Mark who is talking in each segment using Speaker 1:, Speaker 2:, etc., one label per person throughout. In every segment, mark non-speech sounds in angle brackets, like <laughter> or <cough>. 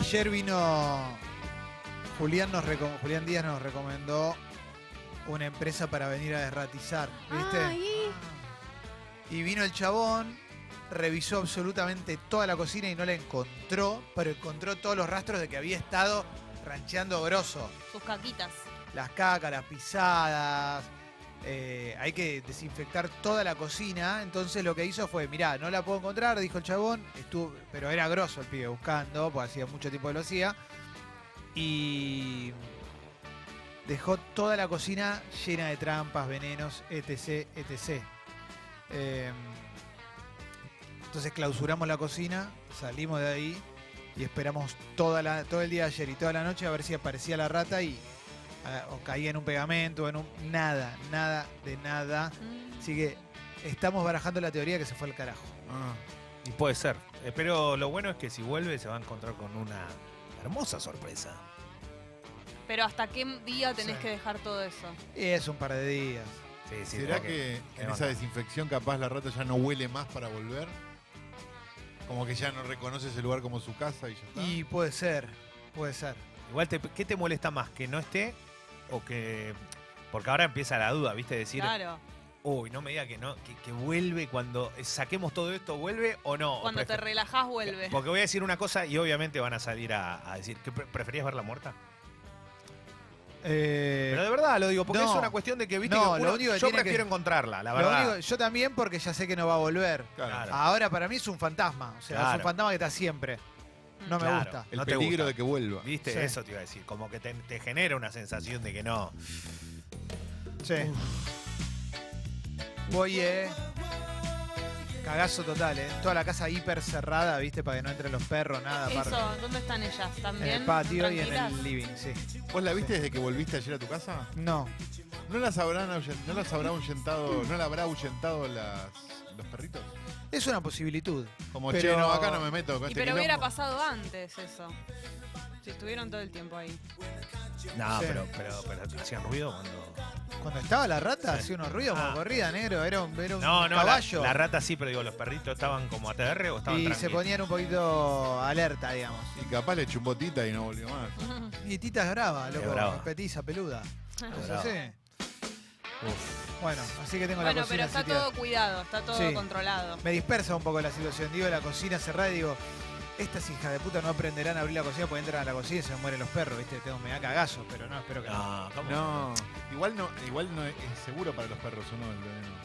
Speaker 1: Ayer vino. Julián, nos recom- Julián Díaz nos recomendó una empresa para venir a desratizar, ¿viste?
Speaker 2: Ah, ¿y?
Speaker 1: Y vino el chabón, revisó absolutamente toda la cocina y no la encontró, pero encontró todos los rastros de que había estado rancheando grosso.
Speaker 3: Sus caquitas.
Speaker 1: Las cacas, las pisadas. eh, hay que desinfectar toda la cocina. Entonces lo que hizo fue, mirá, no la puedo encontrar, dijo el chabón. Estuvo, pero era grosso el pibe buscando, porque hacía mucho tiempo que lo hacía. Y dejó toda la cocina llena de trampas, venenos, etc, etc. Eh, entonces clausuramos la cocina, salimos de ahí y esperamos toda la, todo el día de ayer y toda la noche a ver si aparecía la rata y a- o caía en un pegamento, en un nada, nada de nada.
Speaker 3: Mm.
Speaker 1: Así que estamos barajando la teoría que se fue al carajo.
Speaker 4: Y puede ser. Eh, Pero lo bueno es que si vuelve se va a encontrar con una hermosa sorpresa.
Speaker 3: Pero hasta qué día tenés
Speaker 1: Sí.
Speaker 3: que dejar todo eso.
Speaker 1: Y es un par de días.
Speaker 4: Sí, sí,
Speaker 5: ¿Será
Speaker 4: tengo
Speaker 5: que,
Speaker 4: qué
Speaker 5: en
Speaker 4: onda.
Speaker 5: esa desinfección capaz la rata ya no huele más para volver? Como que ya no reconoce ese lugar como su casa y ya está.
Speaker 1: Y puede ser, puede ser.
Speaker 4: Igual, te- ¿qué te molesta más? ¿Que no esté o que...? Porque ahora empieza la duda, ¿viste? Decir,
Speaker 1: Oh,
Speaker 3: Claro.
Speaker 4: uy, no me diga que no, que, que vuelve cuando saquemos todo esto, ¿vuelve o no?
Speaker 3: Cuando te
Speaker 4: Prefer-
Speaker 3: relajás vuelve.
Speaker 4: Porque voy a decir una cosa y obviamente van a salir a, a decir, ¿que pre- ¿preferías verla muerta?
Speaker 1: Eh,
Speaker 4: Pero de verdad lo digo, porque
Speaker 1: no.
Speaker 4: es una cuestión de que, viste,
Speaker 1: No,
Speaker 4: que
Speaker 1: lo
Speaker 4: uno-
Speaker 1: único que
Speaker 4: yo
Speaker 1: tiene que-
Speaker 4: prefiero encontrarla, la
Speaker 1: lo
Speaker 4: verdad.
Speaker 1: único- yo también porque ya sé que no va a volver.
Speaker 5: Claro. Ah,
Speaker 4: Claro.
Speaker 1: Ahora para mí es un fantasma, o sea, es un
Speaker 4: Claro.
Speaker 1: fantasma que está siempre. No me
Speaker 4: Claro.
Speaker 1: gusta.
Speaker 5: El
Speaker 4: No te
Speaker 5: peligro
Speaker 4: gusta.
Speaker 5: de que vuelva.
Speaker 4: ¿Viste?
Speaker 1: Sí.
Speaker 4: Eso te iba a decir, como que te, te genera una sensación de que no.
Speaker 1: Sí. Voy, eh. Cagazo total, eh. Toda la casa hiper cerrada, viste, para que no entren los perros, <laughs> nada, aparte.
Speaker 3: Eso, ¿dónde están ellas? ¿Están
Speaker 1: En
Speaker 3: bien?
Speaker 1: el patio y en este
Speaker 3: ¿Tranquilas?
Speaker 1: el living, sí.
Speaker 5: ¿Vos la viste desde que volviste ayer a tu casa?
Speaker 1: No,
Speaker 5: ¿No las habrán ahuyen- no las habrá ahuyentado, no la habrá ahuyentado las, los perritos?
Speaker 1: es una posibilitud.
Speaker 5: Como
Speaker 1: Pero-
Speaker 5: che, no, acá no me meto con
Speaker 3: Y
Speaker 5: este
Speaker 3: pero hubiera
Speaker 5: quilombo".
Speaker 3: pasado antes eso. Si estuvieron todo el
Speaker 1: <laughs>
Speaker 3: tiempo ahí.
Speaker 4: No,
Speaker 1: Sí.
Speaker 4: pero, pero, pero hacían ruido cuando.
Speaker 1: Cuando estaba la rata, hacía unos ruidos, como
Speaker 4: Ah.
Speaker 1: corría negro, era un, era un
Speaker 4: No, no, la,
Speaker 1: caballo.
Speaker 4: la rata sí, pero digo, los perritos estaban como ATR o estaban
Speaker 1: y
Speaker 4: tranquilos.
Speaker 1: se ponían un poquito alerta, digamos.
Speaker 5: Y capaz le chumbó tita y no volvió más.
Speaker 1: Y Tita es brava,
Speaker 4: Es
Speaker 1: loco,
Speaker 4: brava.
Speaker 1: petiza, peluda. Es
Speaker 4: brava.
Speaker 1: así. Bueno, así que tengo la
Speaker 3: Bueno,
Speaker 1: cocina
Speaker 3: pero está
Speaker 1: sitiada.
Speaker 3: todo cuidado, está todo
Speaker 1: Sí.
Speaker 3: controlado.
Speaker 1: Me dispersa un poco la situación. Digo, la cocina cerrada y digo, estas hijas de puta no aprenderán a abrir la cocina porque entran a la cocina y se me mueren los perros, ¿viste? Tengo, me da cagazo, pero no, espero que no.
Speaker 4: No, ¿cómo?
Speaker 5: No, igual no, igual no es es seguro para los perros o no el veneno.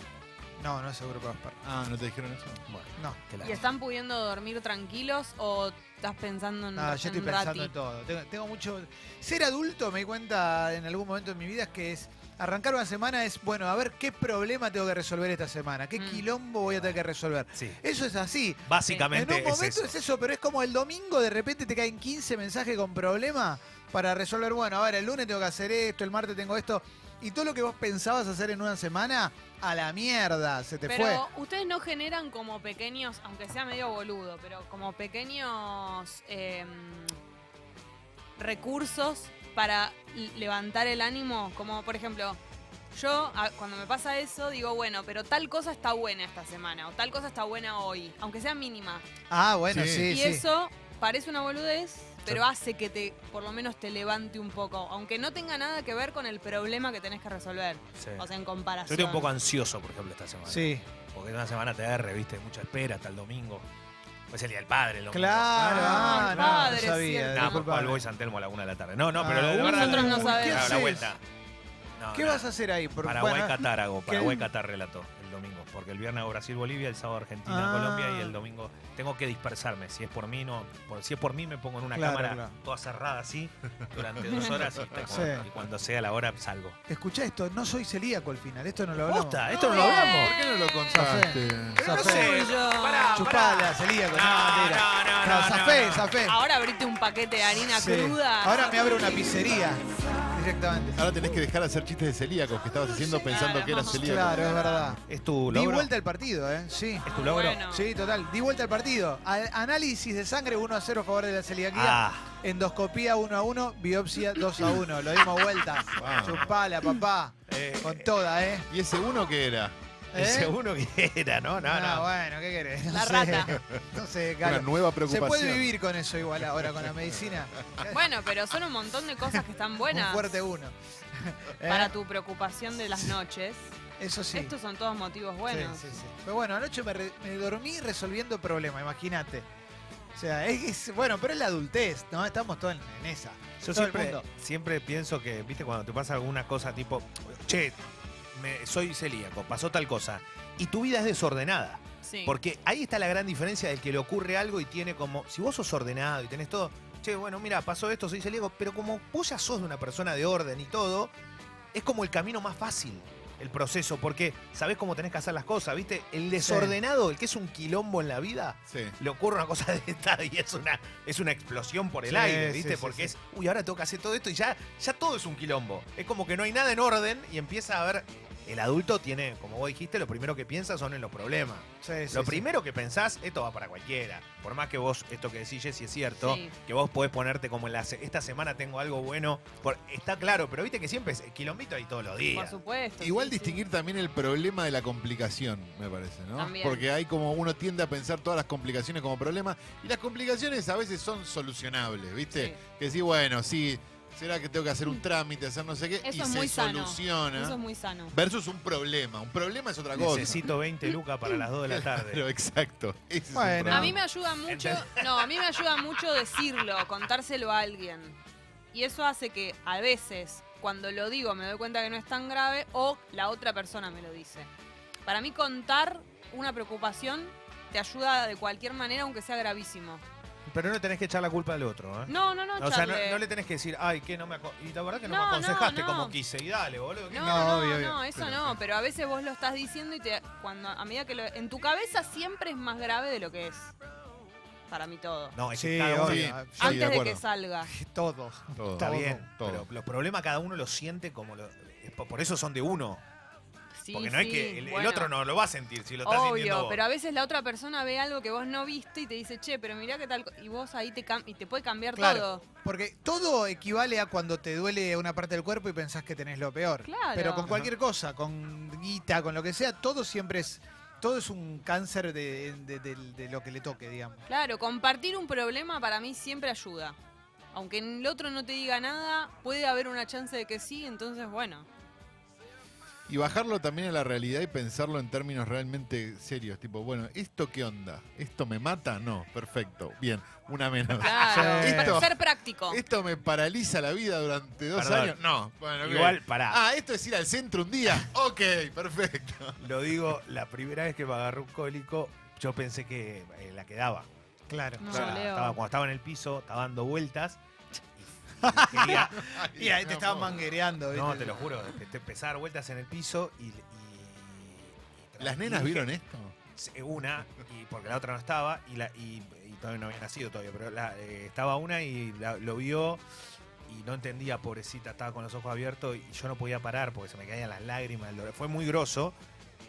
Speaker 1: No, no es seguro para los perros.
Speaker 5: Ah, ¿no te dijeron eso?
Speaker 4: Bueno,
Speaker 1: No,
Speaker 4: que la-
Speaker 3: ¿Y están pudiendo dormir tranquilos o estás pensando Mm, en,
Speaker 1: nada, yo
Speaker 3: en
Speaker 1: estoy pensando
Speaker 3: Rati?
Speaker 1: en todo. Tengo, tengo mucho. Ser adulto, me di cuenta en algún momento de mi vida, es que es. Arrancar una semana es, bueno, a ver qué problema tengo que resolver esta semana, qué
Speaker 3: Mm.
Speaker 1: quilombo voy a tener que resolver.
Speaker 4: Sí,
Speaker 1: Eso es así. En
Speaker 4: básicamente
Speaker 1: un momento
Speaker 4: es eso.
Speaker 1: pero es como el domingo de repente te caen 15 mensajes con problema para resolver, bueno, a ver, el lunes tengo que hacer esto, el martes tengo esto. Y todo lo que vos pensabas hacer en una semana, a la mierda, se te fue.
Speaker 3: Pero ustedes no generan como pequeños, aunque sea medio boludo, pero como pequeños eh, recursos para l- levantar el ánimo, como por ejemplo, yo a- cuando me pasa eso digo, bueno, pero tal cosa está buena esta semana o tal cosa está buena hoy, aunque sea mínima.
Speaker 1: Ah, bueno,
Speaker 5: Sí.
Speaker 1: sí,
Speaker 3: y
Speaker 1: sí.
Speaker 3: eso parece una boludez, pero hace que te por lo menos te levante un poco, aunque no tenga nada que ver con el problema que tenés que resolver,
Speaker 4: Sí.
Speaker 3: o sea, en
Speaker 4: Yo
Speaker 3: comparación.
Speaker 4: estoy un poco ansioso, por ejemplo, esta semana.
Speaker 1: Sí.
Speaker 4: Porque es una semana TR, viste, mucha espera hasta el domingo. Es el día del padre, el domingo.
Speaker 1: Claro,
Speaker 3: Ah,
Speaker 1: ah,
Speaker 3: el
Speaker 1: no, no,
Speaker 3: padre,
Speaker 1: sabía.
Speaker 3: cierto.
Speaker 4: Nada,
Speaker 1: disculpa.
Speaker 4: al Boy Santelmo a la una de la tarde. No, no, pero
Speaker 1: Ah,
Speaker 4: lo de la verdad-
Speaker 3: Nosotros no
Speaker 4: Claro,
Speaker 3: sabemos.
Speaker 4: la
Speaker 1: ¿Qué
Speaker 4: vuelta. No,
Speaker 1: ¿Qué
Speaker 4: nada.
Speaker 1: vas a hacer ahí? Por-
Speaker 4: Paraguay
Speaker 1: bueno,
Speaker 4: Qatar
Speaker 1: <laughs>
Speaker 4: hago,
Speaker 1: ¿qué?
Speaker 4: Paraguay Qatar relato el domingo, porque el viernes hago Brasil Bolivia, el sábado Argentina
Speaker 1: Ah.
Speaker 4: Colombia y el domingo tengo que dispersarme, si es por mí no, por- si es por mí me pongo en una
Speaker 1: Claro,
Speaker 4: cámara
Speaker 1: claro.
Speaker 4: toda cerrada así durante dos horas y, está como-
Speaker 1: Sí.
Speaker 4: y cuando sea la hora salgo.
Speaker 1: Escuchá esto, no soy celíaco al final, esto no lo hablamos.
Speaker 4: Posta, esto no lo hablamos.
Speaker 5: ¿Por qué no lo contaste?
Speaker 4: Pero no
Speaker 1: Zafé.
Speaker 4: sé, pará, pará.
Speaker 1: Chupala, celíaco, no,
Speaker 4: No,
Speaker 1: mentira.
Speaker 4: no, no, no,
Speaker 1: zafé,
Speaker 4: no, no.
Speaker 1: zafé.
Speaker 3: Ahora abrite un paquete de harina
Speaker 1: Sí.
Speaker 3: Ah, cruda.
Speaker 1: Ahora me abro una pizzería directamente.
Speaker 5: Ahora tenés que dejar de hacer chistes de celíacos que estabas haciendo pensando que era celíaco.
Speaker 1: Claro, es verdad.
Speaker 4: Es tu
Speaker 1: Di
Speaker 4: logro.
Speaker 1: vuelta al partido, ¿eh? Sí.
Speaker 4: Es tu logro.
Speaker 3: Bueno.
Speaker 1: Sí, total. Di vuelta al partido. A- análisis de sangre 1 a 0 a favor de la celiaquía.
Speaker 4: Ah,
Speaker 1: Endoscopía 1 a 1. Biopsia 2 a 1. Lo dimos vuelta.
Speaker 5: Vamos.
Speaker 1: Chupala, papá.
Speaker 4: eh,
Speaker 1: Con toda, ¿eh?
Speaker 5: ¿Y ese uno qué era?
Speaker 1: ¿Eh?
Speaker 4: Dice uno que era, ¿no? No,
Speaker 1: Ah,
Speaker 4: no.
Speaker 1: bueno, ¿qué querés? No
Speaker 3: La
Speaker 1: sé.
Speaker 3: rata.
Speaker 1: No sé,
Speaker 5: Una
Speaker 1: claro.
Speaker 5: nueva
Speaker 1: Se
Speaker 5: preocupación.
Speaker 1: puede vivir con eso igual ahora, con la
Speaker 3: <laughs>
Speaker 1: medicina.
Speaker 3: Bueno, pero son un montón de cosas que están
Speaker 1: Un
Speaker 3: buenas
Speaker 1: fuerte
Speaker 3: <laughs>
Speaker 1: uno. ¿Eh?
Speaker 3: para tu preocupación de las noches.
Speaker 1: Eso sí.
Speaker 3: Estos son todos motivos
Speaker 1: Sí,
Speaker 3: buenos.
Speaker 1: sí, sí. Pero bueno, anoche me, re- me dormí resolviendo problemas, imagínate. O sea, es, es- bueno, pero es la adultez, ¿no? Estamos todos en, en esa.
Speaker 4: Yo
Speaker 1: Todo el
Speaker 4: siempre,
Speaker 1: mundo.
Speaker 4: siempre pienso que, viste, cuando te pasa alguna cosa tipo, che, me- soy celíaco, pasó tal cosa, y tu vida es desordenada.
Speaker 3: Sí.
Speaker 4: Porque ahí está la gran diferencia del que le ocurre algo y tiene como, si vos sos ordenado y tenés todo, che, bueno, mira, pasó esto, soy celíaco, pero como vos ya sos de una persona de orden y todo, es como el camino más fácil el proceso, porque sabés cómo tenés que hacer las cosas, ¿viste? El desordenado, el que es un quilombo en la vida,
Speaker 5: Sí.
Speaker 4: le ocurre una cosa <laughs> de esta y es una, es una explosión por el
Speaker 1: Sí,
Speaker 4: aire,
Speaker 1: sí,
Speaker 4: ¿viste?
Speaker 1: sí,
Speaker 4: Porque
Speaker 1: sí.
Speaker 4: es, uy, ahora tengo que hacer todo esto y ya, ya todo es un quilombo. Es como que no hay nada en orden y empieza a haber. El adulto tiene, como vos dijiste, lo primero que piensa son en los problemas.
Speaker 1: Sí, sí,
Speaker 4: lo
Speaker 1: sí.
Speaker 4: primero que pensás, esto va para cualquiera. Por más que vos, esto que decís, Jessy, es cierto,
Speaker 3: Sí.
Speaker 4: que vos podés ponerte como en la. se- Esta semana tengo algo bueno. por- está claro, pero viste que siempre es el quilombito ahí todos los
Speaker 3: Por
Speaker 4: días.
Speaker 3: supuesto.
Speaker 5: Igual
Speaker 3: sí, sí.
Speaker 5: distinguir también el problema de la complicación, me parece, ¿no?
Speaker 3: También.
Speaker 5: Porque hay como uno tiende a pensar todas las complicaciones como problema y las complicaciones a veces son solucionables, ¿viste?
Speaker 3: Sí.
Speaker 5: Que sí, bueno, sí, será que tengo que hacer un trámite, hacer no sé qué,
Speaker 3: Eso
Speaker 5: y
Speaker 3: es
Speaker 5: se
Speaker 3: muy sano.
Speaker 5: soluciona.
Speaker 3: Eso es muy sano.
Speaker 5: Versus un problema. Un problema es otra cosa. <laughs>
Speaker 4: Necesito 20 lucas para las 2 de <laughs> la tarde.
Speaker 5: Claro, exacto. Ese es un
Speaker 1: Bueno.
Speaker 5: problema.
Speaker 3: A mí me ayuda mucho, no, a mí me ayuda mucho decirlo, contárselo a alguien. Y eso hace que a veces, cuando lo digo, me doy cuenta que no es tan grave o la otra persona me lo dice. Para mí contar una preocupación te ayuda de cualquier manera, aunque sea gravísimo.
Speaker 4: Pero no tenés que echar la culpa al otro, ¿eh?
Speaker 3: No, no, no,
Speaker 4: O sea, no,
Speaker 3: Charlie.
Speaker 4: no le tenés que decir, ay, que no me aco- Y la verdad que no,
Speaker 3: No,
Speaker 4: me
Speaker 3: no,
Speaker 4: aconsejaste
Speaker 3: no.
Speaker 4: como quise. Y dale, boludo. ¿qué
Speaker 3: No,
Speaker 4: me-
Speaker 3: no,
Speaker 1: obvio, obvio.
Speaker 3: no, eso
Speaker 5: Pero-
Speaker 3: no, pero a veces vos lo estás diciendo y te cuando a medida que lo en tu cabeza siempre es más grave de lo que es. Para mí todo.
Speaker 4: No, es que
Speaker 1: Sí,
Speaker 4: cada uno
Speaker 1: obvio.
Speaker 4: tiene-
Speaker 5: Sí, de
Speaker 3: Antes de, que
Speaker 5: acuerdo.
Speaker 3: salga.
Speaker 1: Todo.
Speaker 5: Todo.
Speaker 4: Está
Speaker 1: Todo,
Speaker 4: bien,
Speaker 5: todo.
Speaker 4: pero los problemas cada uno los siente como lo- es po- por eso son de uno.
Speaker 3: Sí,
Speaker 4: Porque no hay
Speaker 3: sí,
Speaker 4: que. El, el
Speaker 3: bueno.
Speaker 4: otro no lo va a sentir si lo está sintiendo
Speaker 3: Obvio,
Speaker 4: vos.
Speaker 3: pero a veces la otra persona ve algo que vos no viste y te dice, che, pero mirá qué tal. co-". Y vos ahí te, cam- y te puede cambiar
Speaker 1: Claro.
Speaker 3: todo.
Speaker 1: Porque todo equivale a cuando te duele una parte del cuerpo y pensás que tenés lo peor.
Speaker 3: Claro.
Speaker 1: Pero con
Speaker 3: Ajá.
Speaker 1: cualquier cosa, con guita, con lo que sea, todo siempre es. Todo es un cáncer de, de- de- de lo que le toque, digamos.
Speaker 3: Claro, compartir un problema para mí siempre ayuda. Aunque el otro no te diga nada, puede haber una chance de que sí, entonces bueno.
Speaker 5: Y bajarlo también a la realidad y pensarlo en términos realmente serios. Tipo, bueno, ¿esto qué onda? ¿Esto me mata? No, perfecto. Bien, una menos.
Speaker 3: Claro.
Speaker 1: Sí.
Speaker 3: Para
Speaker 5: Esto-
Speaker 3: Ser práctico.
Speaker 5: ¿Esto me paraliza la vida durante dos
Speaker 4: Perdón.
Speaker 5: años? No. Bueno, ok.
Speaker 4: Igual, pará.
Speaker 5: Ah, esto es ir al centro un día.
Speaker 4: <laughs>
Speaker 5: Ok, perfecto.
Speaker 4: Lo digo, la primera vez que me agarró un cólico, yo pensé que eh, la quedaba.
Speaker 1: Claro.
Speaker 3: No,
Speaker 4: O sea,
Speaker 3: Leo.
Speaker 4: estaba- cuando estaba en el piso, estaba dando vueltas.
Speaker 3: <laughs>
Speaker 4: y- y quería-
Speaker 1: Y ahí
Speaker 4: este
Speaker 1: te estaban manguereando, ¿viste?
Speaker 4: no, te lo juro, empecé a empezar vueltas en el piso y. y- y-
Speaker 5: ¿Las nenas
Speaker 4: y-
Speaker 5: vieron esto?
Speaker 4: se- una, y porque la otra no estaba, y, la, y, y todavía no había nacido todavía, pero la, eh, estaba una y la- lo vio y no entendía, pobrecita, estaba con los ojos abiertos y yo no podía parar porque se me caían las lágrimas, el dolor. Fue muy grosso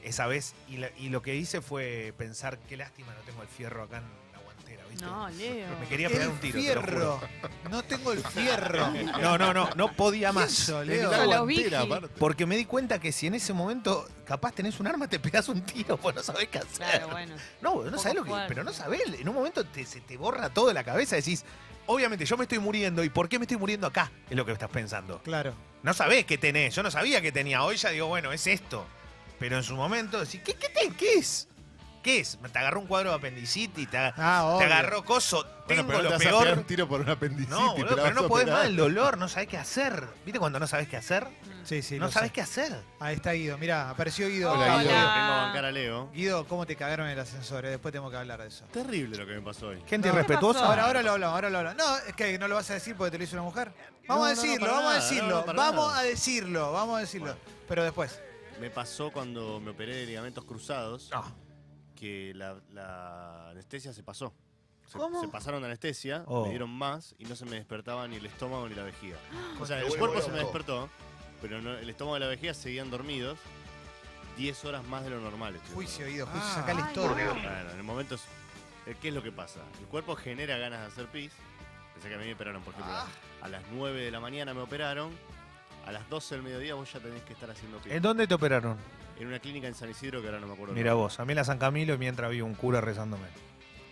Speaker 4: esa vez y, la- y lo que hice fue pensar, qué lástima, no tengo el fierro acá en la guantera, ¿viste?
Speaker 3: No, Leo.
Speaker 4: Me quería pegar un tiro. te lo
Speaker 1: fierro. No tengo el fierro.
Speaker 4: juro. No, no, no, no podía más.
Speaker 1: Eso,
Speaker 5: En
Speaker 1: Leo.
Speaker 5: la
Speaker 3: Lo
Speaker 5: guantera,
Speaker 3: vi.
Speaker 5: aparte.
Speaker 4: Porque me di cuenta que si en ese momento capaz tenés un arma, te pegas un tiro, pues no sabés qué hacer.
Speaker 3: Claro, bueno.
Speaker 4: No, no
Speaker 3: poco
Speaker 4: sabés lo que.
Speaker 3: fuerte.
Speaker 4: Pero no sabés. En un momento te, se te borra todo de la cabeza. Decís, obviamente yo me estoy muriendo. ¿Y por qué me estoy muriendo acá? Es lo que estás pensando.
Speaker 1: Claro.
Speaker 4: No sabés qué tenés. Yo no sabía qué tenía. Hoy ya digo, bueno, es esto. Pero en su momento decís, ¿qué, qué, ten- qué es? ¿Qué es? Te agarró un cuadro de apendicitis, te, aga-
Speaker 1: Ah,
Speaker 4: te
Speaker 1: obvio.
Speaker 4: agarró coso, tengo
Speaker 5: Bueno, pero no te
Speaker 4: lo
Speaker 5: vas a pegar
Speaker 4: peor.
Speaker 5: un tiro por un apendicitis.
Speaker 4: No, boludo,
Speaker 5: te la
Speaker 4: pero
Speaker 5: vas a
Speaker 4: no podés
Speaker 5: operar.
Speaker 4: más el dolor, no sabés qué hacer. ¿Viste cuando no sabés qué hacer?
Speaker 3: Mm.
Speaker 1: Sí, sí.
Speaker 4: no
Speaker 1: lo
Speaker 4: sabés
Speaker 1: sé.
Speaker 4: qué hacer.
Speaker 1: Ahí está Guido. Mirá, apareció Guido.
Speaker 3: Hola, Guido.
Speaker 2: Vengo a bancar a Leo.
Speaker 1: Guido, ¿cómo te cagaron en el ascensor? eh? Después tenemos que hablar de eso.
Speaker 2: Terrible lo que me pasó hoy.
Speaker 4: Gente
Speaker 1: No.
Speaker 3: irrespetuosa. pasó?
Speaker 1: Ahora, ahora lo hablamos, ahora lo hablamos. No, es que no lo vas a decir porque te lo hizo una mujer. Vamos a
Speaker 2: No, no, no,
Speaker 1: decirlo,
Speaker 2: para
Speaker 1: vamos a
Speaker 2: nada,
Speaker 1: decirlo,
Speaker 2: no, no, para
Speaker 1: vamos
Speaker 2: nada.
Speaker 1: a decirlo, vamos a decirlo. Pero después.
Speaker 2: Me pasó cuando me operé de ligamentos cruzados
Speaker 4: No.
Speaker 2: que la, la anestesia se pasó. Se,
Speaker 4: ¿Cómo?
Speaker 2: se pasaron de anestesia,
Speaker 4: Oh.
Speaker 2: me dieron más y no se me despertaba ni el estómago ni la
Speaker 4: <gasps>
Speaker 2: vejiga. O sea,
Speaker 4: Me
Speaker 2: el
Speaker 4: vuelvo
Speaker 2: cuerpo se me
Speaker 4: loco.
Speaker 2: despertó, pero no- el estómago y la vejiga seguían dormidos 10 horas más de lo normal. estoy
Speaker 1: Juicio,
Speaker 2: hablando.
Speaker 1: Guido, juicio,
Speaker 5: Ah.
Speaker 1: sacales
Speaker 3: Ay,
Speaker 1: todo.
Speaker 3: no.
Speaker 2: Claro, en el momento. es- eh, ¿Qué es lo que pasa? El cuerpo genera ganas de hacer pis. Pensé que a mí me operaron, por ejemplo. A las 9 de la mañana me operaron. a las 12 del mediodía vos ya tenés que estar haciendo pis.
Speaker 4: ¿En dónde te operaron?
Speaker 2: En una clínica en San Isidro que ahora no me acuerdo. el
Speaker 4: Mira
Speaker 2: nombre.
Speaker 4: vos, a mí en la San Camilo mientras vi un cura rezándome.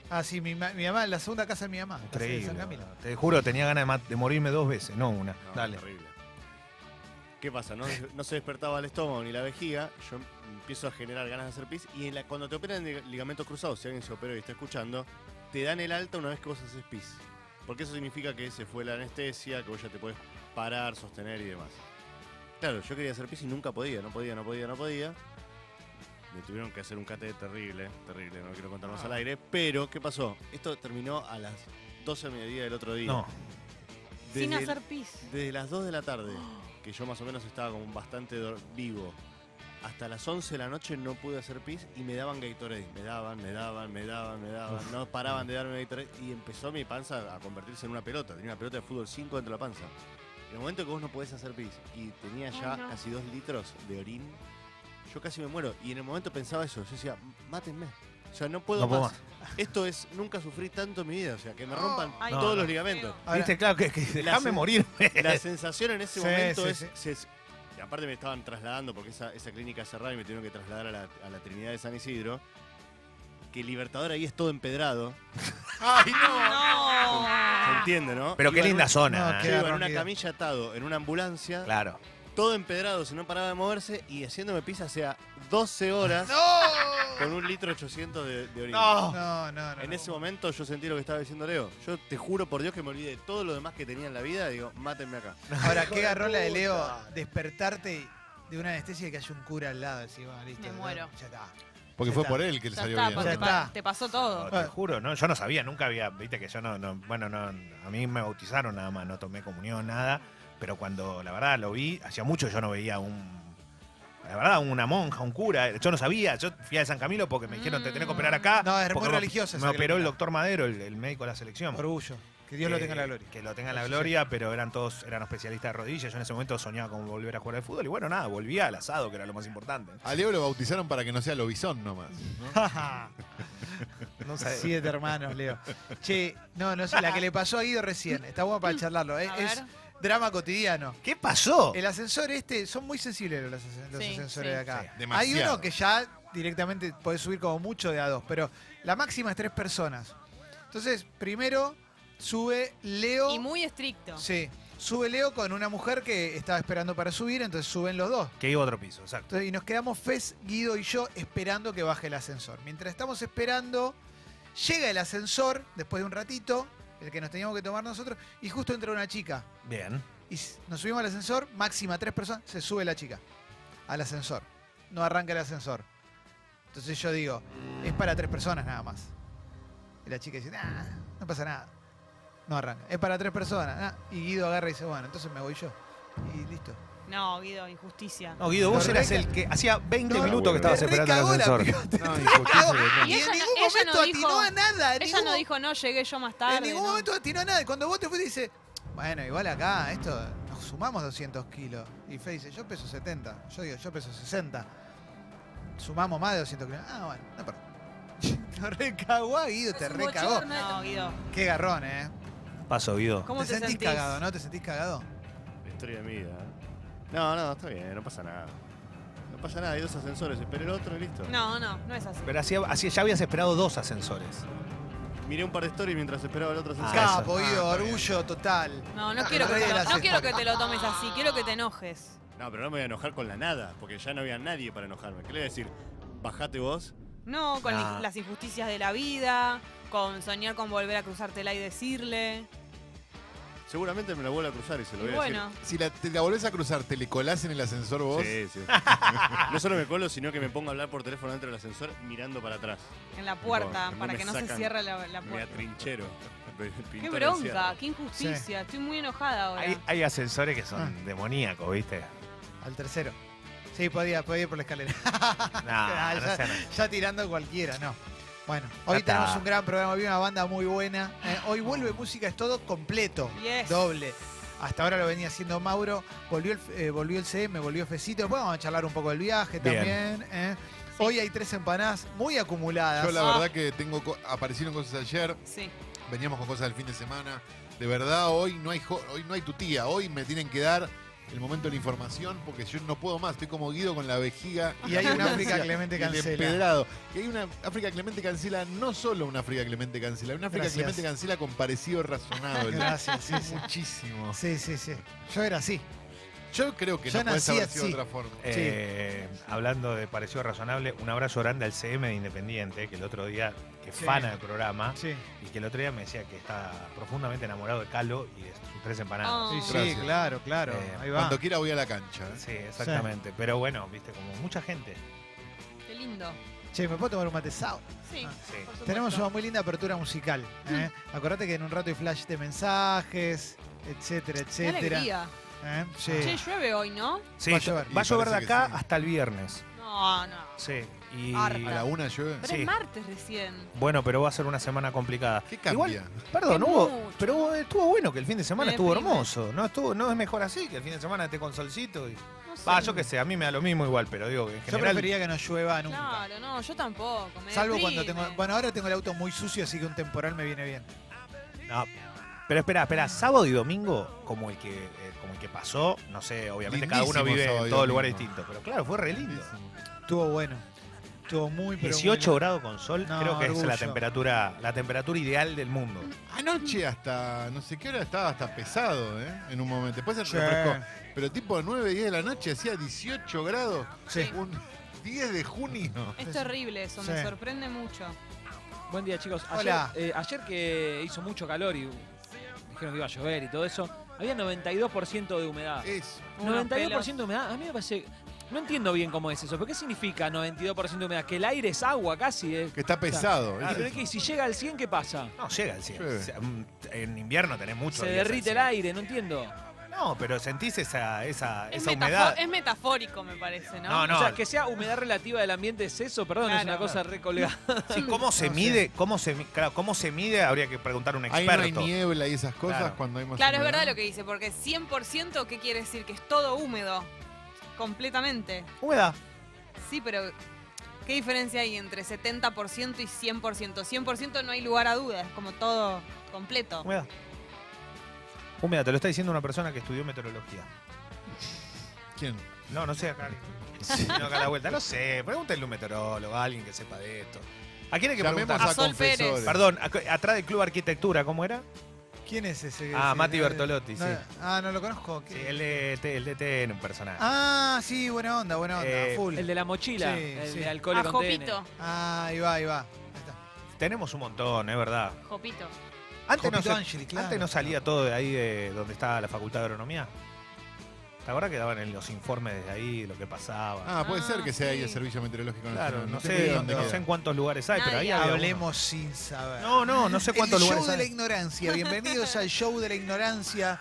Speaker 1: Ah, sí, mi, ma- mi mamá, la segunda casa de mi mamá. la de
Speaker 4: Increíble.
Speaker 1: San Camilo.
Speaker 4: Te juro, tenía ganas de, ma- de morirme dos veces, no una.
Speaker 2: No,
Speaker 4: Dale.
Speaker 2: Terrible. ¿Qué pasa? No, no se despertaba el estómago ni la vejiga. Yo empiezo a generar ganas de hacer pis. Y en la- cuando te operan de ligamentos cruzados, si alguien se operó y está escuchando, te dan el alta una vez que vos haces pis. Porque eso significa que se fue la anestesia, que vos ya te podés parar, sostener y demás. Claro, yo quería hacer pis y nunca podía, no podía, no podía, no podía. Me tuvieron que hacer un cate terrible, terrible, no quiero
Speaker 4: Ah.
Speaker 2: contar más al aire. Pero, ¿qué pasó? Esto terminó a las 12 de mediodía del otro día.
Speaker 4: No,
Speaker 3: Sin
Speaker 2: Desde-
Speaker 3: hacer pis.
Speaker 2: desde las 2 de la tarde, que yo más o menos estaba como bastante dor- vivo, hasta las 11 de la noche no pude hacer pis y me daban Gatorade. Me daban, me daban, me daban, me daban. No paraban de darme Gatorade y empezó mi panza a convertirse en una pelota. Tenía una pelota de fútbol 5 dentro de la panza. En el momento que vos no podés hacer pis y tenía ya
Speaker 3: no.
Speaker 2: casi 2 litros de orín, yo casi me muero. Y en el momento pensaba eso. Yo decía, mátenme. O sea, no puedo
Speaker 4: No puedo
Speaker 2: más. Esto es, nunca sufrí tanto en mi vida. O sea, que me rompan
Speaker 3: Ay,
Speaker 2: todos
Speaker 3: no.
Speaker 2: los ligamentos.
Speaker 1: Ahora-
Speaker 4: viste, claro, que, que déjame
Speaker 2: se-
Speaker 4: morir. <laughs>
Speaker 2: La sensación en
Speaker 1: Sí,
Speaker 2: ese momento
Speaker 1: sí,
Speaker 2: es,
Speaker 1: sí.
Speaker 2: se- y aparte me estaban trasladando porque esa, esa clínica es cerrada y me tuvieron que trasladar a la, a la Trinidad de San Isidro. Que Libertador ahí es todo empedrado.
Speaker 5: ¡Ay, no!
Speaker 3: No.
Speaker 2: Se entiende, ¿no?
Speaker 4: Pero qué
Speaker 2: Iba en
Speaker 4: linda
Speaker 2: un-
Speaker 4: zona.
Speaker 1: no,
Speaker 2: Yo
Speaker 1: qué-
Speaker 4: ¿eh?
Speaker 2: iba en una
Speaker 1: dormido.
Speaker 2: camilla atado, en una ambulancia,
Speaker 4: Claro.
Speaker 2: todo empedrado, si no paraba de moverse y haciéndome pis hacia 12 horas
Speaker 1: ¡Oh!
Speaker 2: con un litro 800 de, de orina.
Speaker 1: No, no, no.
Speaker 2: En
Speaker 1: no.
Speaker 2: ese momento yo sentí lo que estaba diciendo Leo. Yo te juro por Dios que me olvidé de todo lo demás que tenía en la vida. Digo, mátenme acá.
Speaker 1: Ahora, qué garrón la de
Speaker 2: puta.
Speaker 1: Leo despertarte de una anestesia y que haya un cura al lado. Decís, bueno, listo,
Speaker 3: Me
Speaker 1: ya-
Speaker 3: muero.
Speaker 1: Ya está.
Speaker 5: Porque
Speaker 1: Ya
Speaker 5: fue
Speaker 1: está.
Speaker 5: por él que le
Speaker 3: Ya
Speaker 5: salió
Speaker 3: está,
Speaker 5: bien.
Speaker 3: porque
Speaker 1: Ya
Speaker 3: pa-
Speaker 1: está.
Speaker 3: te pasó
Speaker 4: No,
Speaker 3: todo.
Speaker 4: te juro, ¿no? Yo no sabía, nunca había, viste que yo no, no- bueno, no, a mí me bautizaron nada más, no tomé comunión, nada, pero cuando la verdad lo vi, hacía mucho yo no veía un, la verdad, una monja, un cura, yo no sabía, yo fui a San Camilo porque me dijeron, te tenés que operar acá.
Speaker 1: No, es muy
Speaker 4: porque me-
Speaker 1: religiosa
Speaker 4: Me
Speaker 1: esa
Speaker 4: operó el
Speaker 1: clínica.
Speaker 4: doctor Madero, el, el médico de la selección.
Speaker 1: Orgullo. Que Dios lo
Speaker 4: Eh,
Speaker 1: tenga en la gloria.
Speaker 4: Que lo tenga en la
Speaker 1: Eso sí.
Speaker 4: gloria, pero eran todos, eran especialistas de rodillas, yo en ese momento soñaba con volver a jugar al fútbol y bueno, nada, volvía al asado, que era lo más importante.
Speaker 1: Ah.
Speaker 5: A Leo lo bautizaron para que no sea lobizón nomás. ¿no?
Speaker 1: <laughs>
Speaker 4: No sabía.
Speaker 1: Siete hermanos, Leo. Che, no, no sé, la que le pasó a Guido recién. Está bueno para charlarlo. Es,
Speaker 3: A
Speaker 1: es
Speaker 3: ver.
Speaker 1: drama cotidiano.
Speaker 4: ¿Qué pasó?
Speaker 1: El ascensor este, son muy sensibles los, ascen- los
Speaker 3: Sí,
Speaker 1: ascensores
Speaker 3: sí.
Speaker 1: de acá.
Speaker 5: Sí,
Speaker 1: Hay
Speaker 5: demasiado.
Speaker 1: uno que ya directamente podés subir como mucho de a dos, pero la máxima es tres personas. Entonces, primero sube Leo.
Speaker 3: Y muy estricto.
Speaker 1: Sí, sube Leo con una mujer que estaba esperando para subir, entonces suben los dos.
Speaker 4: Que iba a otro piso, exacto.
Speaker 1: Entonces, y nos quedamos Fez, Guido y yo esperando que baje el ascensor. Mientras estamos esperando, llega el ascensor después de un ratito, el que nos teníamos que tomar nosotros, y justo entra una chica.
Speaker 4: Bien.
Speaker 1: Y s- nos subimos al ascensor, máxima tres personas, se sube la chica al ascensor. No arranca el ascensor. Entonces yo digo, es para tres personas nada más. Y la chica dice, nah, no pasa nada. No arranca. Es para tres personas. nah". Y Guido agarra y dice, bueno, entonces me voy yo. Y listo.
Speaker 3: No, Guido, injusticia.
Speaker 4: No, Guido, vos eras el que hacía 20
Speaker 1: No,
Speaker 4: minutos que estabas
Speaker 1: te
Speaker 4: esperando el
Speaker 1: recagó la
Speaker 4: ascensor.
Speaker 1: pelota.
Speaker 5: No,
Speaker 4: Ah,
Speaker 1: Claro,
Speaker 3: Y
Speaker 1: Y en
Speaker 3: ella no-
Speaker 1: ningún
Speaker 3: ella
Speaker 1: momento
Speaker 3: no dijo-
Speaker 1: atinó a nada. en
Speaker 3: Ella
Speaker 1: ningún-
Speaker 3: no dijo, no, llegué yo más tarde.
Speaker 1: En ningún
Speaker 3: no.
Speaker 1: momento atinó a nada. Y cuando vos te fuiste, dice, bueno, igual acá, esto, nos sumamos 200 kilos. Y Fe dice, yo peso 70. Yo digo, yo peso 60. Sumamos más de 200 kilos. Ah, bueno, no importa. <laughs> Te recagó a Guido, te recagó.
Speaker 3: No, Guido.
Speaker 1: Qué garrón, ¿eh?
Speaker 4: Paso, Guido.
Speaker 3: ¿Cómo
Speaker 1: te,
Speaker 3: te,
Speaker 1: sentís,
Speaker 3: sentís?
Speaker 1: cagado, ¿no? ¿Te sentís cagado?
Speaker 2: La historia de mi vida. ¿eh? No, no, está bien, no pasa nada. No pasa nada, hay dos ascensores, espera el otro y listo.
Speaker 3: No, no, no es así.
Speaker 4: Pero hacía, hacía- ya habías esperado dos ascensores.
Speaker 2: Miré un par de stories mientras esperaba el otro ascensor.
Speaker 4: Ah,
Speaker 1: Capo,
Speaker 5: eso.
Speaker 1: Guido,
Speaker 5: Ah, está bien.
Speaker 1: orgullo total.
Speaker 3: No, no quiero, que te
Speaker 1: Rey de
Speaker 3: lo,
Speaker 1: la
Speaker 3: no
Speaker 1: cesta.
Speaker 3: quiero que te lo tomes así, quiero que te enojes.
Speaker 2: No, pero no me voy a enojar con la nada, porque ya no había nadie para enojarme. ¿Qué le voy a decir? Bajate vos.
Speaker 3: No, con
Speaker 4: Ah.
Speaker 3: las injusticias de la vida, con soñar con volver a cruzártela y decirle.
Speaker 2: Seguramente me la vuelvo a cruzar y se lo
Speaker 3: Y
Speaker 2: voy a
Speaker 3: bueno,
Speaker 2: decir.
Speaker 5: Si la, te la volvés a cruzar, te le colás en el ascensor vos.
Speaker 2: Sí, sí. <laughs> no solo me colo, sino que me pongo a hablar por teléfono dentro del ascensor mirando para atrás.
Speaker 3: en la
Speaker 2: No,
Speaker 3: puerta,
Speaker 2: a mí
Speaker 3: para
Speaker 2: me
Speaker 3: que no se
Speaker 2: sacan-
Speaker 3: cierre la, la
Speaker 2: Me
Speaker 3: puerta.
Speaker 2: atrinchero.
Speaker 3: Qué bronca, qué injusticia, estoy muy enojada ahora.
Speaker 4: Hay, hay ascensores que son
Speaker 1: Ah.
Speaker 4: demoníacos, ¿viste?
Speaker 1: Al tercero. Sí, podía, podía ir por la escalera.
Speaker 4: Ah, Nah, no
Speaker 1: ya-
Speaker 4: sé, no.
Speaker 1: Ya tirando cualquiera, no. Bueno, hoy
Speaker 4: Ya está.
Speaker 1: tenemos un gran programa, hoy una banda muy buena. Eh, hoy vuelve Música es Todo completo,
Speaker 3: Yes.
Speaker 1: doble. Hasta ahora lo venía haciendo Mauro, volvió el, eh, volvió el CM, volvió Fecito. Después vamos a charlar un poco del viaje
Speaker 4: Bien.
Speaker 1: también. eh. Hoy hay tres empanadas muy acumuladas.
Speaker 5: Yo la
Speaker 3: Ah.
Speaker 5: verdad que tengo co- aparecieron cosas ayer,
Speaker 3: Sí.
Speaker 5: veníamos con cosas del fin de semana. De verdad, hoy no hay jo- hoy no hay tu tía, hoy me tienen que dar el momento de la información, porque yo no puedo más, estoy como Guido con la vejiga.
Speaker 1: Y hay una <laughs>
Speaker 5: <laughs>
Speaker 1: África
Speaker 5: y
Speaker 1: Clemente
Speaker 5: el
Speaker 1: Cancela.
Speaker 5: empedrado. Y hay una África Clemente Cancela, no solo una África Clemente Cancela, una África
Speaker 1: Gracias.
Speaker 5: Clemente Cancela con
Speaker 1: <laughs>
Speaker 5: parecido razonable.
Speaker 1: Gracias, sí,
Speaker 5: <laughs>
Speaker 1: sí.
Speaker 5: Muchísimo.
Speaker 1: Sí, sí, sí. Yo era así.
Speaker 5: Yo creo que
Speaker 1: Yo
Speaker 5: no puede
Speaker 1: nací
Speaker 5: haber sido
Speaker 1: así.
Speaker 5: de otra forma.
Speaker 4: Eh, Hablando de parecido razonable, un abrazo grande al CM de Independiente, que el otro día, que es
Speaker 1: Sí.
Speaker 4: fana del programa,
Speaker 1: Sí,
Speaker 4: y que el otro día me decía que está profundamente enamorado de Calo y de sus tres empanadas.
Speaker 3: Oh.
Speaker 1: sí, sí,
Speaker 5: Gracias.
Speaker 1: claro, claro.
Speaker 4: Eh,
Speaker 1: Ahí va.
Speaker 5: Cuando quiera voy a la cancha. ¿eh?
Speaker 4: Ah. Sí, exactamente. Pero bueno, viste, como mucha gente.
Speaker 3: Qué lindo.
Speaker 1: Che, ¿me puedo tomar un matezado?
Speaker 3: Sí.
Speaker 1: Ah,
Speaker 4: Sí.
Speaker 3: por supuesto.
Speaker 1: Tenemos una muy linda apertura musical.
Speaker 3: Mm.
Speaker 1: ¿eh? Acordate que en un rato hay flash de mensajes, etcétera,
Speaker 3: Qué
Speaker 1: etcétera.
Speaker 3: alegría.
Speaker 1: ¿Eh? Sí.
Speaker 3: Che, llueve hoy, ¿no?
Speaker 4: Sí,
Speaker 1: Va a llover.
Speaker 4: Va a
Speaker 5: Y
Speaker 4: llover de
Speaker 5: parece que
Speaker 4: acá
Speaker 5: sí.
Speaker 4: hasta el viernes.
Speaker 3: No, no.
Speaker 4: Sí. Y
Speaker 3: Harta.
Speaker 5: A la una llueve.
Speaker 3: Pero
Speaker 4: Sí.
Speaker 3: es martes recién.
Speaker 4: bueno, pero va a ser una semana complicada.
Speaker 5: ¿Qué cambia?
Speaker 4: Igual, perdón,
Speaker 3: Es
Speaker 4: hubo,
Speaker 3: mucho.
Speaker 4: pero hubo- estuvo bueno que el fin de semana
Speaker 3: Me
Speaker 4: estuvo
Speaker 3: deprime.
Speaker 4: hermoso. No estuvo, no es mejor así que el fin de semana esté con solcito y.
Speaker 3: No sé.
Speaker 4: Va, yo qué sé, a mí me da lo mismo igual, pero digo que en
Speaker 1: Yo
Speaker 4: general.
Speaker 1: preferiría que no llueva nunca.
Speaker 3: Claro, no, yo tampoco. me
Speaker 1: Salvo cuando
Speaker 3: deprime.
Speaker 1: tengo. Bueno, ahora tengo el auto muy sucio, así que un temporal me viene bien.
Speaker 4: No. Pero espera, espera, sábado y domingo, como el que, eh, como el que pasó, no sé, obviamente cada uno
Speaker 5: Lindísimo
Speaker 4: vive
Speaker 5: sábado
Speaker 4: en
Speaker 5: y
Speaker 4: todo lugar
Speaker 5: domingo.
Speaker 4: distinto. Pero claro, fue re lindo.
Speaker 1: Estuvo bueno. Estuvo muy, pero. muy
Speaker 4: 18 grados con sol,
Speaker 1: No,
Speaker 4: creo que es la
Speaker 1: orgullo.
Speaker 4: temperatura, la temperatura ideal del mundo.
Speaker 5: Anoche hasta no sé qué hora estaba hasta pesado, ¿eh? En un momento. Después se
Speaker 1: Sí.
Speaker 5: refrescó. Pero tipo 9, 10 de la noche hacía 18 grados.
Speaker 1: Sí.
Speaker 5: Un 10 de junio.
Speaker 3: Es terrible eso,
Speaker 1: Sí.
Speaker 3: me sorprende mucho.
Speaker 6: Buen día, chicos. Ayer,
Speaker 1: Hola.
Speaker 6: eh, ayer que hizo mucho calor y dijeron que iba a llover y todo eso, había 92% de humedad.
Speaker 1: Eh,
Speaker 5: Eso.
Speaker 3: Unos
Speaker 6: 92% de humedad, a mí me parece. No entiendo bien cómo es eso, pero ¿qué significa 92% de humedad? Que el aire es agua casi. eh.
Speaker 5: Que está pesado.
Speaker 6: Y,
Speaker 5: es
Speaker 6: pero
Speaker 5: eso.
Speaker 6: que si llega al 100, ¿qué pasa?
Speaker 4: No, llega el cielo.
Speaker 5: Llueve.
Speaker 4: O sea, mm, En invierno tenés mucho.
Speaker 6: Se derrite el aire, no entiendo.
Speaker 4: No, pero sentís esa, esa,
Speaker 3: Es,
Speaker 4: esa
Speaker 3: metafo-
Speaker 4: humedad.
Speaker 3: es metafórico, me parece, ¿no?
Speaker 4: No, no.
Speaker 6: O sea, que sea humedad relativa del ambiente es eso, perdón, es
Speaker 3: Claro.
Speaker 6: una cosa
Speaker 1: <laughs>
Speaker 6: re colgada.
Speaker 4: Sí, ¿Cómo se
Speaker 1: No sé.
Speaker 4: mide? ¿Cómo se, mi- claro, ¿Cómo se mide? Habría que preguntar a Ah, un
Speaker 5: Ahí no hay
Speaker 4: experto.
Speaker 5: niebla y esas cosas
Speaker 4: Claro.
Speaker 5: cuando hay más
Speaker 3: Claro, es
Speaker 5: humedad.
Speaker 3: verdad lo que dice, porque 100% ¿qué quiere decir? Que es todo húmedo, completamente.
Speaker 4: Humedad.
Speaker 3: Sí, pero ¿qué diferencia hay entre 70% y 100%? 100% no hay lugar a dudas, como todo completo.
Speaker 4: Humedad. Humedad, te lo está diciendo una persona que estudió meteorología.
Speaker 5: ¿Quién?
Speaker 4: No, no sé acá. No, acá a la vuelta. No sé, pregúntenle a un meteorólogo, a alguien que sepa de esto. ¿A quién hay que
Speaker 5: Llamemos
Speaker 4: preguntar? Ah,
Speaker 5: a,
Speaker 3: A Sol Pérez.
Speaker 5: confesores.
Speaker 4: Perdón, ac- atrás del Club Arquitectura, ¿cómo era?
Speaker 1: ¿Quién es ese? que
Speaker 4: Ah,
Speaker 1: dice?
Speaker 4: Mati
Speaker 1: No,
Speaker 4: Bertolotti,
Speaker 1: no,
Speaker 4: sí.
Speaker 1: Ah, no lo conozco.
Speaker 4: Sí,
Speaker 1: ¿Qué-
Speaker 4: el de, el de TN, un personaje.
Speaker 1: Ah, sí, buena onda, buena onda.
Speaker 4: Eh,
Speaker 1: full.
Speaker 6: El de la mochila,
Speaker 1: Sí,
Speaker 6: el
Speaker 1: sí.
Speaker 6: de alcohol y
Speaker 3: A
Speaker 6: con TN.
Speaker 3: Jopito,
Speaker 1: Ah, ahí va, ahí va. Ahí está.
Speaker 4: Tenemos un montón, es verdad.
Speaker 3: Jopito.
Speaker 4: Antes no,
Speaker 1: Jopito
Speaker 4: se-
Speaker 1: Angeli, claro.
Speaker 4: antes no salía todo de ahí de donde estaba la Facultad de Agronomía. ¿Te acuerdas que daban en los informes desde ahí lo que pasaba?
Speaker 5: Ah, puede
Speaker 3: Ah,
Speaker 5: ser que sea ahí el
Speaker 3: sí.
Speaker 5: servicio meteorológico nacional.
Speaker 4: claro, no
Speaker 5: tengo idea
Speaker 4: sé,
Speaker 5: dónde
Speaker 4: no
Speaker 5: queda.
Speaker 4: sé en cuántos lugares hay, pero ahí
Speaker 3: Nadie.
Speaker 4: había
Speaker 1: Hablemos sin saber.
Speaker 4: uno. No, no, no
Speaker 1: <laughs>
Speaker 4: sé
Speaker 1: El
Speaker 4: cuántos lugares
Speaker 1: show de la
Speaker 4: hay.
Speaker 1: ignorancia. Bienvenidos al show de la
Speaker 4: <laughs>
Speaker 1: ignorancia,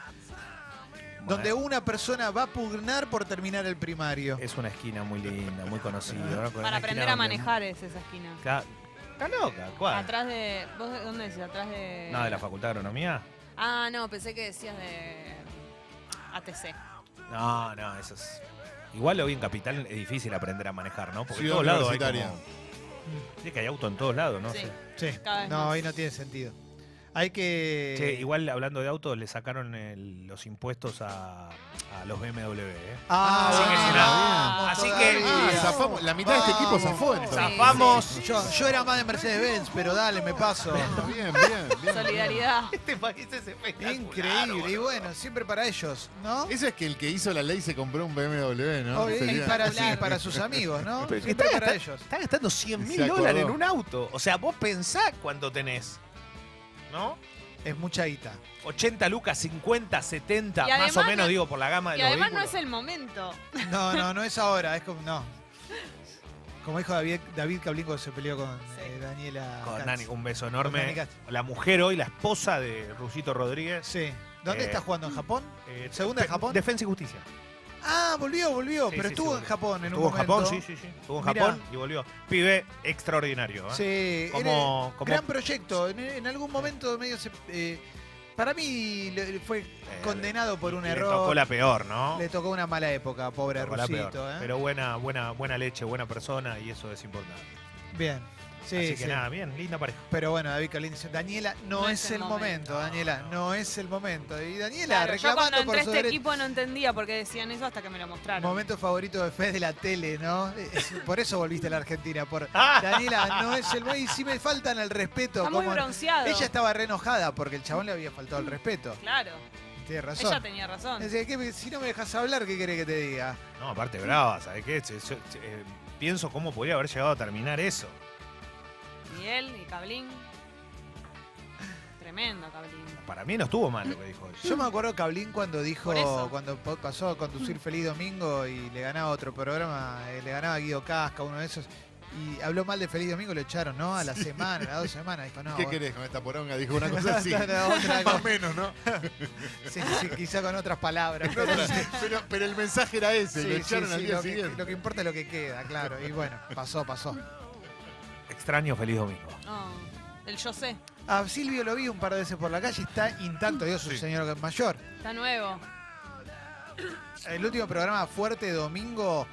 Speaker 1: donde una persona va a pugnar por terminar el primario.
Speaker 4: Es una esquina muy linda, muy conocida. ¿no? Una esquina
Speaker 3: Para aprender a
Speaker 4: donde-
Speaker 3: manejar es esa esquina.
Speaker 4: Está, está loca, ¿cuál?
Speaker 3: Atrás de. ¿Vos de dónde decís? Atrás de.
Speaker 4: No, de la Facultad de Agronomía.
Speaker 3: Ah, no, pensé que decías de. ATC.
Speaker 4: No, no, eso es. Igual lo vi en Capital, es difícil aprender a manejar, ¿no? Porque en
Speaker 5: Ciudad
Speaker 4: todos lados hay
Speaker 5: universitaria.
Speaker 4: como... Sí, que hay auto en todos lados, ¿no?
Speaker 3: sí.
Speaker 4: sé.
Speaker 1: Sí.
Speaker 3: Cada vez
Speaker 1: No,
Speaker 3: más.
Speaker 1: ahí no tiene sentido. Hay que.
Speaker 4: Che, igual hablando de autos, le sacaron el- los impuestos a, a los BMW, ¿eh.
Speaker 1: Ah,
Speaker 4: Así
Speaker 1: bueno, vamos
Speaker 3: no-
Speaker 4: que si así
Speaker 1: todavía.
Speaker 4: que-
Speaker 5: Ah,
Speaker 1: Vamos.
Speaker 5: zafamos. La mitad de este equipo zafó entonces.
Speaker 4: Zafamos.
Speaker 1: Yo, yo era más de Mercedes-Benz, pero dale, me paso.
Speaker 5: Bien, bien, bien.
Speaker 3: Solidaridad.
Speaker 4: <laughs> Este país es espectacular.
Speaker 1: Increíble. Y bueno, siempre para ellos, ¿no?
Speaker 5: Eso es que el que hizo la ley se compró un BMW, ¿no?
Speaker 1: Obvio, y
Speaker 5: Sería-
Speaker 1: Oh,
Speaker 5: <laughs>
Speaker 1: para, sí, para sus amigos, ¿no?
Speaker 4: Pero que
Speaker 1: Siempre
Speaker 4: está
Speaker 1: para
Speaker 4: gasta-
Speaker 1: ellos.
Speaker 4: Está gastando 100
Speaker 5: Se
Speaker 4: mil
Speaker 5: acordó.
Speaker 4: dólares en un auto. O sea, vos pensá cuánto tenés. ¿No?
Speaker 1: Es mucha guita.
Speaker 4: 80 lucas, 50, 70,
Speaker 3: Y
Speaker 4: más o
Speaker 3: además
Speaker 4: menos,
Speaker 3: no-
Speaker 4: digo, por la gama de
Speaker 3: Y
Speaker 4: los
Speaker 3: además no
Speaker 4: vehículos.
Speaker 3: es el momento.
Speaker 1: No, no, no es ahora, es como. No. Como dijo David, David Cablingo se peleó con
Speaker 3: Sí.
Speaker 1: eh, Daniela.
Speaker 4: Con
Speaker 1: Katz.
Speaker 4: Dani, un beso
Speaker 1: Dani
Speaker 4: enorme.
Speaker 1: Katz.
Speaker 4: La mujer hoy, la esposa de Rusito Rodríguez.
Speaker 1: Sí. ¿Dónde
Speaker 4: Eh,
Speaker 1: está jugando? ¿En Japón?
Speaker 4: eh,
Speaker 1: ¿Segunda en
Speaker 4: de-
Speaker 1: Japón?
Speaker 4: Defensa y Justicia.
Speaker 1: Ah, volvió, volvió.
Speaker 4: Sí,
Speaker 1: pero
Speaker 4: sí,
Speaker 1: estuvo
Speaker 4: sí,
Speaker 1: en
Speaker 4: volvió.
Speaker 1: Japón en un
Speaker 4: Estuvo en
Speaker 1: momento.
Speaker 4: Japón, sí, sí, sí. Estuvo en
Speaker 1: Mirá.
Speaker 4: Japón y volvió. Pibe extraordinario. ¿eh?
Speaker 1: Sí, era-
Speaker 4: Como, como-
Speaker 1: gran proyecto. En, en algún momento medio se. eh, para mí le- le fue
Speaker 4: eh,
Speaker 1: condenado por
Speaker 4: le-
Speaker 1: un
Speaker 4: le
Speaker 1: error.
Speaker 4: tocó la peor, ¿no?
Speaker 1: Le tocó una mala época, pobre
Speaker 4: Tocó la
Speaker 1: Rusito.
Speaker 4: peor.
Speaker 1: ¿eh?
Speaker 4: Pero buena, buena, buena leche, buena persona y eso es importante.
Speaker 1: Bien. Sí,
Speaker 4: Así que
Speaker 1: sí.
Speaker 4: nada, bien, linda pareja.
Speaker 1: Pero bueno, David Carlín dice, Daniela, no, es, el momento, Daniela, no es el momento. Y Daniela,
Speaker 3: Claro, yo cuando
Speaker 1: reclamando
Speaker 3: entré
Speaker 1: por
Speaker 3: a
Speaker 1: su
Speaker 3: este
Speaker 1: derecho.
Speaker 3: equipo no entendía por qué decían eso hasta que me lo mostraron.
Speaker 1: Momento favorito de Fez de la tele, ¿no? Es- por eso volviste a la Argentina,
Speaker 3: <laughs>
Speaker 1: por Daniela, no es el momento. Y si me faltan el respeto,
Speaker 3: Ah. Está muy
Speaker 1: ¿cómo no?
Speaker 3: bronceado.
Speaker 1: Ella estaba re enojada porque el chabón le había faltado el respeto.
Speaker 3: Claro,
Speaker 1: Tienes
Speaker 3: ella
Speaker 1: razón.
Speaker 3: tenía razón.
Speaker 1: Decía, ¿qué me- si no me dejas hablar, ¿qué querés que te diga?
Speaker 4: No, aparte brava, ¿sabes qué? Se- se- se- eh, pienso cómo podría haber llegado a terminar eso.
Speaker 3: Y él y Cablín. Tremendo Cablín.
Speaker 4: Para mí no estuvo mal lo que dijo ella.
Speaker 1: Yo me acuerdo Cablín cuando dijo,
Speaker 3: Por eso.
Speaker 1: cuando po- pasó a
Speaker 5: Mm.
Speaker 1: conducir Feliz Domingo y le ganaba otro programa, eh, le ganaba a Guido Casca, uno de esos, y habló mal de Feliz Domingo, lo echaron, ¿no? A la semana, a las dos semanas, dijo, no.
Speaker 5: ¿Qué
Speaker 1: bueno.
Speaker 5: querés con esta poronga?
Speaker 1: <laughs>
Speaker 5: Dijo una cosa así.
Speaker 1: No, no, otra
Speaker 5: <laughs> Más o
Speaker 1: cosa.
Speaker 5: menos, ¿no?
Speaker 1: Sí, sí, quizá con otras palabras. pero-
Speaker 5: Pero, pero el mensaje era ese,
Speaker 1: Sí,
Speaker 5: lo
Speaker 1: sí,
Speaker 5: echaron
Speaker 1: sí,
Speaker 5: al día
Speaker 1: lo que-
Speaker 5: siguiente.
Speaker 1: lo que importa es lo que queda, claro. Y bueno, pasó, pasó.
Speaker 4: Extraño feliz domingo.
Speaker 3: No, el yo sé.
Speaker 1: A Silvio lo vi un par de veces por la calle, está intacto, Dios, su señor mayor.
Speaker 3: Está nuevo.
Speaker 1: El último programa fuerte de domingo.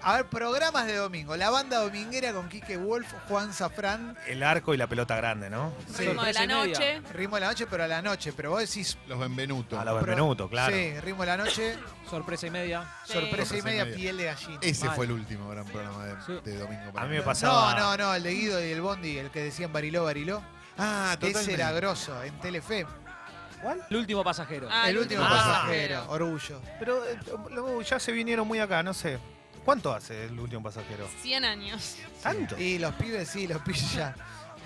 Speaker 1: A ver, programas de domingo. La banda dominguera con Quique Wolf, Juan Safrán,
Speaker 4: El arco y la pelota grande, ¿no?
Speaker 1: Sí.
Speaker 3: Ritmo de
Speaker 6: Tres
Speaker 3: la
Speaker 6: y media.
Speaker 3: noche.
Speaker 1: Ritmo de la Noche, pero a la noche. Pero vos decís.
Speaker 5: Los Benvenuto.
Speaker 4: A los Benvenuto, claro.
Speaker 1: Sí, Ritmo de la Noche,
Speaker 6: Sorpresa y media.
Speaker 3: Sí.
Speaker 1: sorpresa y
Speaker 5: Sorpresa y
Speaker 1: media,
Speaker 5: media.
Speaker 1: piel de gallina.
Speaker 5: Ese
Speaker 6: Mal.
Speaker 5: fue el último gran programa de,
Speaker 6: Sí.
Speaker 5: de domingo.
Speaker 4: A mí me
Speaker 5: mí.
Speaker 4: pasaba.
Speaker 1: No, no, no, el de Guido y el Bondi, el que decían Bariló, Bariló.
Speaker 5: Ah,
Speaker 1: Ese era
Speaker 5: totalmente.
Speaker 1: grosso, en Telefe.
Speaker 6: El último pasajero.
Speaker 3: Ah,
Speaker 1: el último pasajero.
Speaker 4: Ah.
Speaker 1: Orgullo.
Speaker 4: Pero eh, luego ya se vinieron muy acá, no sé. ¿Cuánto hace el último pasajero?
Speaker 3: 100 años.
Speaker 4: ¿Tanto?
Speaker 1: Y los pibes sí, los pilla.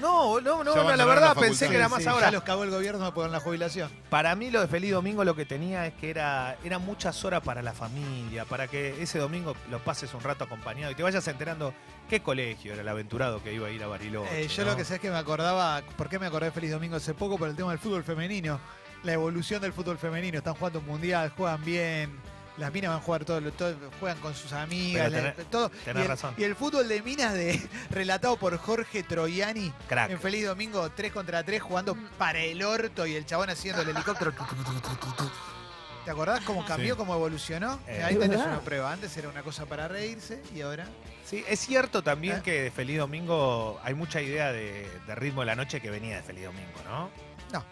Speaker 4: No, no, no,
Speaker 5: Ya
Speaker 4: no, la
Speaker 5: abandonaron
Speaker 4: verdad
Speaker 5: la
Speaker 4: pensé
Speaker 5: facultad.
Speaker 4: que era
Speaker 5: Sí,
Speaker 4: más
Speaker 1: sí,
Speaker 4: ahora.
Speaker 1: Ya los cagó el gobierno por la jubilación.
Speaker 4: Para mí lo de Feliz Domingo lo que tenía es que era, era muchas horas para la familia, para que ese domingo lo pases un rato acompañado y te vayas enterando qué colegio era el aventurado que iba a ir a Bariloche.
Speaker 1: Eh, yo
Speaker 4: ¿no?
Speaker 1: lo que sé es que me acordaba, ¿por qué me acordé de Feliz Domingo hace poco? Por el tema del fútbol femenino, la evolución del fútbol femenino. Están jugando un mundial, juegan bien, las minas van a jugar todo, lo- todo- juegan con sus amigas,
Speaker 4: Pero
Speaker 1: la-
Speaker 4: tenés-
Speaker 1: todo.
Speaker 4: tenés
Speaker 1: y el,
Speaker 4: razón.
Speaker 1: Y el fútbol de minas de <laughs> relatado por Jorge Troiani
Speaker 4: Crack.
Speaker 1: en Feliz Domingo 3 contra 3 jugando para el orto y el chabón haciendo el helicóptero. tu, tu, tu, tu, tu, tu. ¿Te acordás cómo cambió,
Speaker 5: Sí.
Speaker 1: cómo evolucionó?
Speaker 4: Eh,
Speaker 1: Ahí
Speaker 4: es
Speaker 1: tenés
Speaker 6: verdad.
Speaker 1: una prueba. Antes era una cosa para reírse y ahora.
Speaker 4: Sí, es cierto también
Speaker 1: ¿Eh?
Speaker 4: que de Feliz Domingo hay mucha idea de, de ritmo de la noche que venía de Feliz Domingo, ¿no?
Speaker 1: No.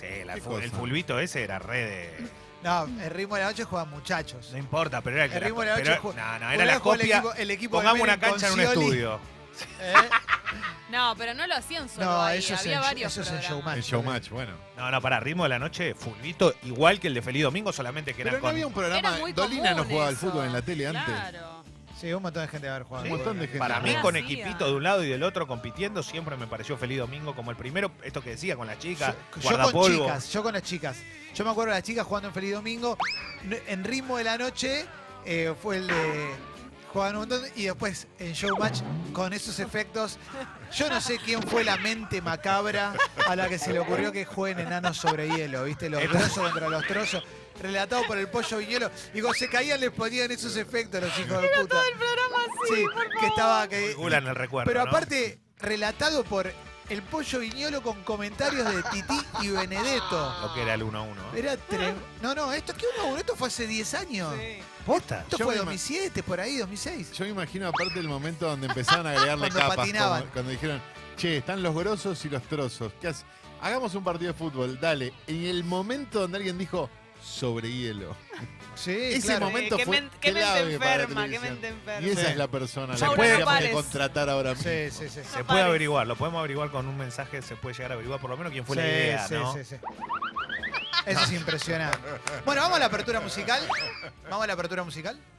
Speaker 4: Sí, la
Speaker 5: ¿Qué
Speaker 4: fu-
Speaker 5: cosa?
Speaker 4: el fulbito ese era re de...
Speaker 1: No, el ritmo de la noche juegan muchachos.
Speaker 4: No importa, pero era el que...
Speaker 1: El ritmo de la
Speaker 4: pero-
Speaker 1: noche ju-
Speaker 4: no, no, Ah, era
Speaker 1: Volá
Speaker 4: la
Speaker 1: a jugar
Speaker 4: copia...
Speaker 1: El equipo, el equipo de
Speaker 4: Pongamos una
Speaker 1: Menem
Speaker 4: cancha en un
Speaker 1: con Scioli,
Speaker 4: estudio.
Speaker 1: ¿eh?
Speaker 3: No, pero no lo hacían solo
Speaker 1: No,
Speaker 3: ahí.
Speaker 1: eso es
Speaker 3: Había
Speaker 1: en-
Speaker 3: varios
Speaker 1: eso es en
Speaker 3: programas.
Speaker 1: Showmatch.
Speaker 5: El showmatch, bueno.
Speaker 4: No, no, para ritmo de la noche, fulbito igual que el de Feliz Domingo, solamente que era
Speaker 5: Pero no
Speaker 4: con...
Speaker 5: había un
Speaker 3: Era
Speaker 5: programa.
Speaker 3: muy
Speaker 5: Dolina no
Speaker 3: común
Speaker 5: jugaba al
Speaker 3: eso.
Speaker 5: fútbol en la tele antes.
Speaker 3: Claro.
Speaker 1: Sí, un montón de gente va a haber jugado.
Speaker 4: Sí.
Speaker 1: al
Speaker 5: Un montón de
Speaker 1: fútbol.
Speaker 5: gente.
Speaker 4: Para mí,
Speaker 3: Era
Speaker 4: con
Speaker 3: así,
Speaker 4: equipito
Speaker 3: ah.
Speaker 4: de un lado y del otro compitiendo, siempre me pareció Feliz Domingo como el primero. Esto que decía con las
Speaker 1: Yo,
Speaker 4: chicas,
Speaker 1: yo con
Speaker 4: guardapolvo.
Speaker 1: chicas, yo con las chicas. Yo me acuerdo de las chicas jugando en Feliz Domingo. n- En ritmo de la noche eh, fue el de. Jugaban un montón y después en Showmatch con esos efectos. Yo no sé quién fue la mente macabra a la que se le ocurrió que jueguen enanos sobre hielo, ¿viste? Los trozos contra los trozos. Relatado por el pollo hielo. Y cuando se caían les ponían esos efectos los hijos de puta. Sí, que estaba. Que,
Speaker 4: Regulan el recuerdo.
Speaker 1: eh, Pero
Speaker 4: ¿no?
Speaker 1: aparte, relatado por el pollo viñolo con comentarios de Tití y Benedetto.
Speaker 4: Lo que era el 1-1. ¿eh?
Speaker 1: Era tre- No, no, esto que uno, esto fue hace 10 años.
Speaker 3: Sí.
Speaker 4: ¿Posta?
Speaker 1: Esto
Speaker 5: Yo
Speaker 1: fue
Speaker 5: me ima-
Speaker 1: 2007, por ahí, 2006.
Speaker 5: Yo me imagino aparte el momento donde empezaron a agregarle
Speaker 1: <laughs> Cuando
Speaker 5: capas.
Speaker 1: patinaban.
Speaker 5: como- cuando dijeron, che, están los grosos y los trozos. ¿Qué hace? Hagamos un partido de fútbol, dale. En el momento donde alguien dijo, sobre hielo.
Speaker 1: Sí,
Speaker 5: Ese
Speaker 1: claro.
Speaker 5: momento-
Speaker 3: qué
Speaker 5: fue
Speaker 3: Eh, men- qué mente
Speaker 5: clave para la
Speaker 3: enferma, qué
Speaker 5: televisión.
Speaker 3: mente enferma.
Speaker 5: Y esa
Speaker 4: Sí.
Speaker 5: es la persona a
Speaker 4: Se
Speaker 5: la que
Speaker 4: puede-
Speaker 5: tenemos que
Speaker 3: Pares.
Speaker 5: contratar ahora mismo.
Speaker 1: Sí, sí, sí.
Speaker 4: Se puede
Speaker 3: Aparece.
Speaker 4: averiguar, lo podemos averiguar con un mensaje, se puede llegar a averiguar por lo menos quién fue la
Speaker 1: Sí,
Speaker 4: idea,
Speaker 1: sí,
Speaker 4: ¿no?
Speaker 1: sí, sí. Eso es impresionante. Bueno, vamos a la apertura musical. Vamos a la apertura musical.